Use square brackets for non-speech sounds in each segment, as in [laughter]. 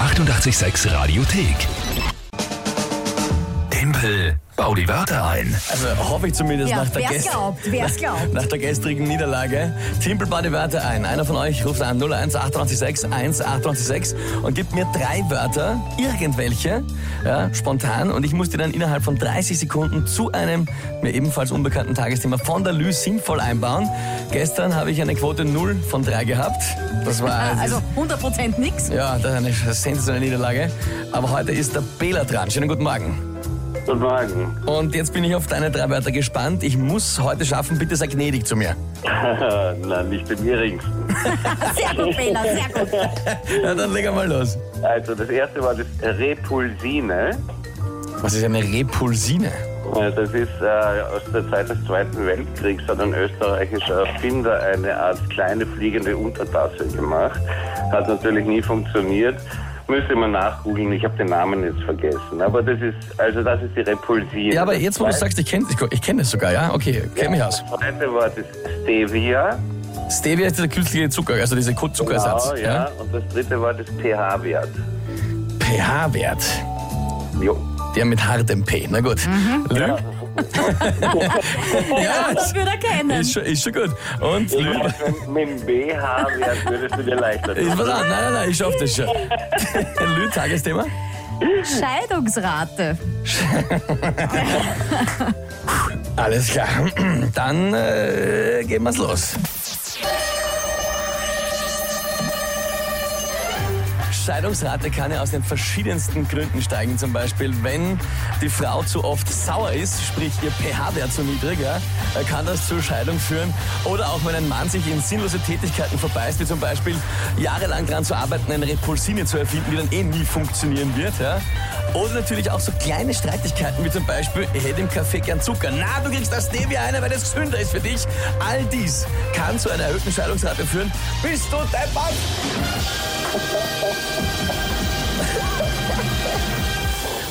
886 Radiothek. Tempel, bau die Wörter ein. Also hoffe ich zumindest Ja, nach, der wer's gest- glaubt, [laughs] wer's glaubt. nach der gestrigen Niederlage. Simpel bad die Wörter ein. Einer von euch ruft an 01 886 1886 und gibt mir drei Wörter, irgendwelche, ja, spontan. Und ich muss die dann innerhalb von 30 Sekunden zu einem mir ebenfalls unbekannten Tagesthema von der Lü sinnvoll einbauen. Gestern habe ich eine Quote 0 von 3 gehabt. Das war Ah, das Also ist- 100% nix. ja, das ist eine sensationelle Niederlage. Aber heute ist der Bela dran. Schönen guten Morgen. Guten Morgen. Und jetzt bin ich auf deine drei Wörter gespannt. Ich muss heute schaffen, bitte sei gnädig zu mir. [laughs] Nein, nicht im geringsten. Sehr gut, Bela, [laughs] sehr gut. Ja, dann leg mal los. Also das erste war das Repulsine. Was ist eine Repulsine? Äh, Das ist äh, aus der Zeit des Zweiten Weltkriegs hat ein österreichischer Erfinder eine Art kleine fliegende Untertasse gemacht. Hat natürlich nie funktioniert. Müsste man nachgoogeln, ich habe den Namen jetzt vergessen. Aber das ist, also das ist die Repulsine. Ja, aber jetzt, wo du Das sagst, ich kenne ich, ich kenn das sogar, ja? Okay, kenn mich aus. Das zweite war das Stevia. Stevia ist dieser künstliche Zucker, also dieser Ko- Zuckerersatz. Genau, ja. Und das dritte war das pH-Wert. pH-Wert, Jo. der mit hartem P, na gut. Lü? Ja, [laughs] Das würde er ist, kennen. schon, ist schon gut. Und Ich Lü, glaub, Mit dem BH-Wert würdest du dir leichter ist tun. was an. Nein, nein, nein, ich schaff das schon. [laughs] Lü, Tagesthema? Scheidungsrate. Alles klar. Dann äh, gehen wir's los. Scheidungsrate kann ja aus den verschiedensten Gründen steigen. Zum Beispiel, wenn die Frau zu oft sauer ist, sprich ihr pH-Wert zu niedrig, ja, dann kann das zur Scheidung führen. Oder auch wenn ein Mann sich in sinnlose Tätigkeiten verbeißt, wie zum Beispiel jahrelang daran zu arbeiten, eine Repulsine zu erfinden, die dann eh nie funktionieren wird. Ja. Oder natürlich auch so kleine Streitigkeiten, wie zum Beispiel, ich hätte im Kaffee gern Zucker. Na, du kriegst das Stevia einer, weil das gesünder ist für dich. All dies kann zu einer erhöhten Scheidungsrate führen. Bist du dein Mann?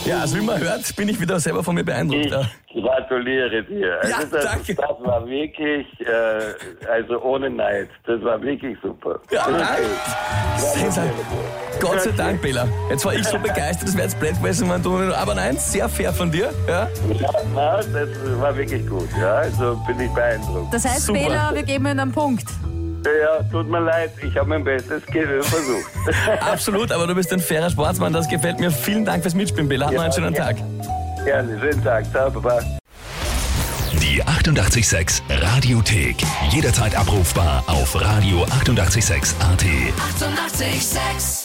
Ja, also wie man hört, bin ich wieder selber von mir beeindruckt. Ja. Ich gratuliere dir. Ja, Also das, danke. das war wirklich, äh, also ohne Neid, das war wirklich super. Ja, Okay. danke. Sensation. Gott sei Dank, Bela. Jetzt war ich so begeistert, es wäre jetzt blöd gewesen, wenn du... Aber nein, sehr fair von dir. Ja. Ja, na, das war wirklich gut, ja, also bin ich beeindruckt. Das heißt, Super. Bela, wir geben Ihnen einen Punkt. Ja, tut mir leid, ich habe mein Bestes ge- versucht. [laughs] Absolut, aber du bist ein fairer Sportsmann, das gefällt mir. Vielen Dank fürs Mitspielen, Bela. Hat noch einen schönen ja. Tag. Gerne, schönen Tag, ciao, baba. Die 886 Radiothek. Jederzeit abrufbar auf radio886.at. 886! 886